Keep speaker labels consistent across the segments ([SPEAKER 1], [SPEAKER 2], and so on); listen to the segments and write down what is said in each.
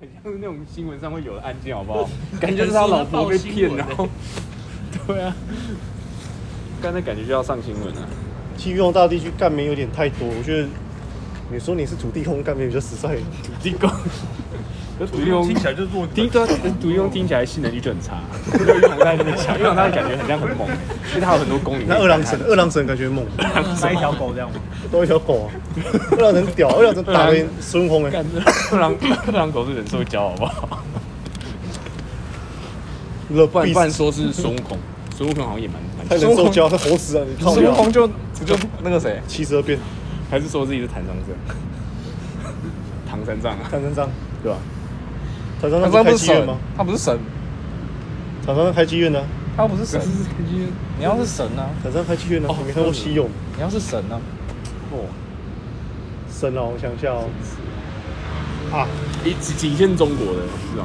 [SPEAKER 1] 很像是那种新闻上会有的案件，好不 好？感觉就是他老婆被骗，然后， 对啊，刚才感觉就要上新闻了。
[SPEAKER 2] 去玉龙大地区干没有点太多，我觉得你说你是土地公干没比较实在。
[SPEAKER 1] 土地公， 可是土地公
[SPEAKER 3] 听起来就是弱
[SPEAKER 1] 听对啊，土地公听起来性能力就很 差，没有玉皇大帝那么强。玉皇大帝感觉很像很猛，因为他有很多功能。
[SPEAKER 2] 那二 郎神，二郎神感觉猛，
[SPEAKER 3] 塞一条狗这样吗？
[SPEAKER 2] 多一条狗啊！二郎神屌，二郎神打的孙悟空哎
[SPEAKER 1] 干，二郎二郎狗是人兽交，好不 好？
[SPEAKER 2] 乐
[SPEAKER 1] 不然
[SPEAKER 2] 必
[SPEAKER 1] 不然说是孙悟空，孙悟空好像也蛮蛮
[SPEAKER 2] 他能受教，他活死啊！你靠
[SPEAKER 1] 孙悟
[SPEAKER 2] 呀，
[SPEAKER 1] 空就就那个谁，
[SPEAKER 2] 七十二变，
[SPEAKER 1] 还是说自己是唐三藏？ 唐三藏啊，
[SPEAKER 2] 唐三藏，
[SPEAKER 1] 对吧？
[SPEAKER 2] 唐三
[SPEAKER 4] 他
[SPEAKER 2] 藏
[SPEAKER 4] 不
[SPEAKER 2] 不是开
[SPEAKER 4] 是
[SPEAKER 2] 妓院
[SPEAKER 4] 神
[SPEAKER 2] 吗？，
[SPEAKER 4] 他不是神，
[SPEAKER 2] 唐三藏开妓院呢、啊？
[SPEAKER 4] 他不是神。你要是神啊，
[SPEAKER 2] 唐三藏开妓院呢、啊？你没看过《西游》吗？
[SPEAKER 4] 你要是神啊，
[SPEAKER 2] 哦，神哦，我想一下哦，啊，
[SPEAKER 1] 你仅仅限中国的，是啊。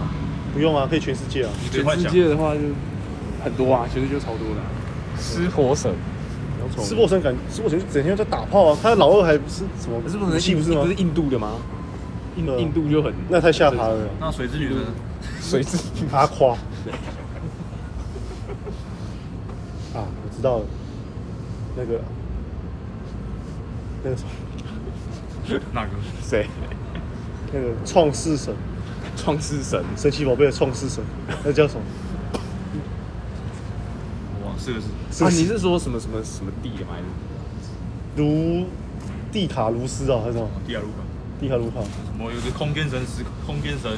[SPEAKER 2] 不用啊，可以全世界啊，
[SPEAKER 3] 你别
[SPEAKER 1] 全
[SPEAKER 3] 幻
[SPEAKER 1] 世
[SPEAKER 3] 想，
[SPEAKER 1] 界的话就很多啊，全世界就超多的、啊。
[SPEAKER 4] 湿婆神，
[SPEAKER 2] 斯波神感，斯波神就整天在打炮啊，他老二还不是什么
[SPEAKER 1] 可是不
[SPEAKER 2] 武
[SPEAKER 1] 是
[SPEAKER 2] 器不是吗
[SPEAKER 1] 不是？印度的吗？嗯印
[SPEAKER 2] 对啊
[SPEAKER 1] 印度就很
[SPEAKER 2] 那太下爬了，
[SPEAKER 3] 那水之女呢？
[SPEAKER 4] 水之
[SPEAKER 2] 阿夸。啊，我知道了，那个那个什么，
[SPEAKER 3] 哪个？
[SPEAKER 1] 谁？
[SPEAKER 2] 那个创世神，
[SPEAKER 1] 创世神
[SPEAKER 2] 神奇宝贝的创世神，那叫什么？
[SPEAKER 3] 哇，这个是
[SPEAKER 2] 是
[SPEAKER 1] 啊？你是说什么什么什么地的吗？还是
[SPEAKER 2] 卢蒂卡卢斯啊，还是什么？
[SPEAKER 3] 第二路吧。
[SPEAKER 2] 蒂卡卢卡，
[SPEAKER 3] 什么有个空间神、时空间神、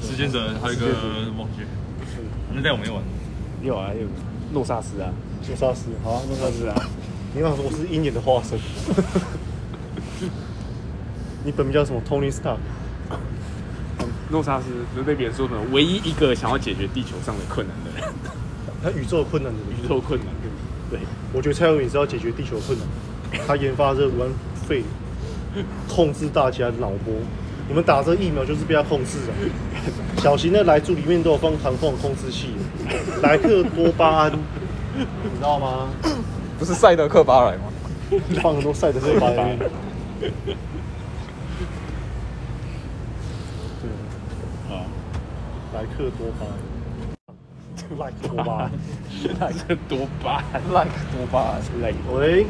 [SPEAKER 3] 时间神，还有一个忘记了。那带我没玩，
[SPEAKER 1] 有啊，有诺萨斯啊，
[SPEAKER 2] 诺萨斯，好、啊，诺萨
[SPEAKER 1] 诺萨
[SPEAKER 2] 斯
[SPEAKER 1] 斯
[SPEAKER 2] 啊。
[SPEAKER 1] 啊，
[SPEAKER 2] 你想说我是鹰眼的化 身？你本名叫什么？Tony Stark。
[SPEAKER 1] 嗯诺萨斯是被别人说什么唯一一个想要解决地球上的困难的 人，
[SPEAKER 2] 他宇宙困难的宇
[SPEAKER 1] 宇
[SPEAKER 2] 宙，
[SPEAKER 1] 宙困难对，
[SPEAKER 2] 我觉得蔡英文也是要解决地球困难。他研发这武汉肺炎，控制大家脑波。你们打这疫苗就是被他控制的。小型的来猪里面都有放糖放控制器，莱克多巴胺，你知道吗？
[SPEAKER 4] 不是赛德克巴莱吗？
[SPEAKER 2] 放很多赛德克巴胺在里面。对，
[SPEAKER 1] 啊，
[SPEAKER 2] 莱克多巴胺，莱克多巴胺。
[SPEAKER 1] 那个多巴胺
[SPEAKER 4] 赖克多巴胺，
[SPEAKER 1] ，like
[SPEAKER 2] 喂，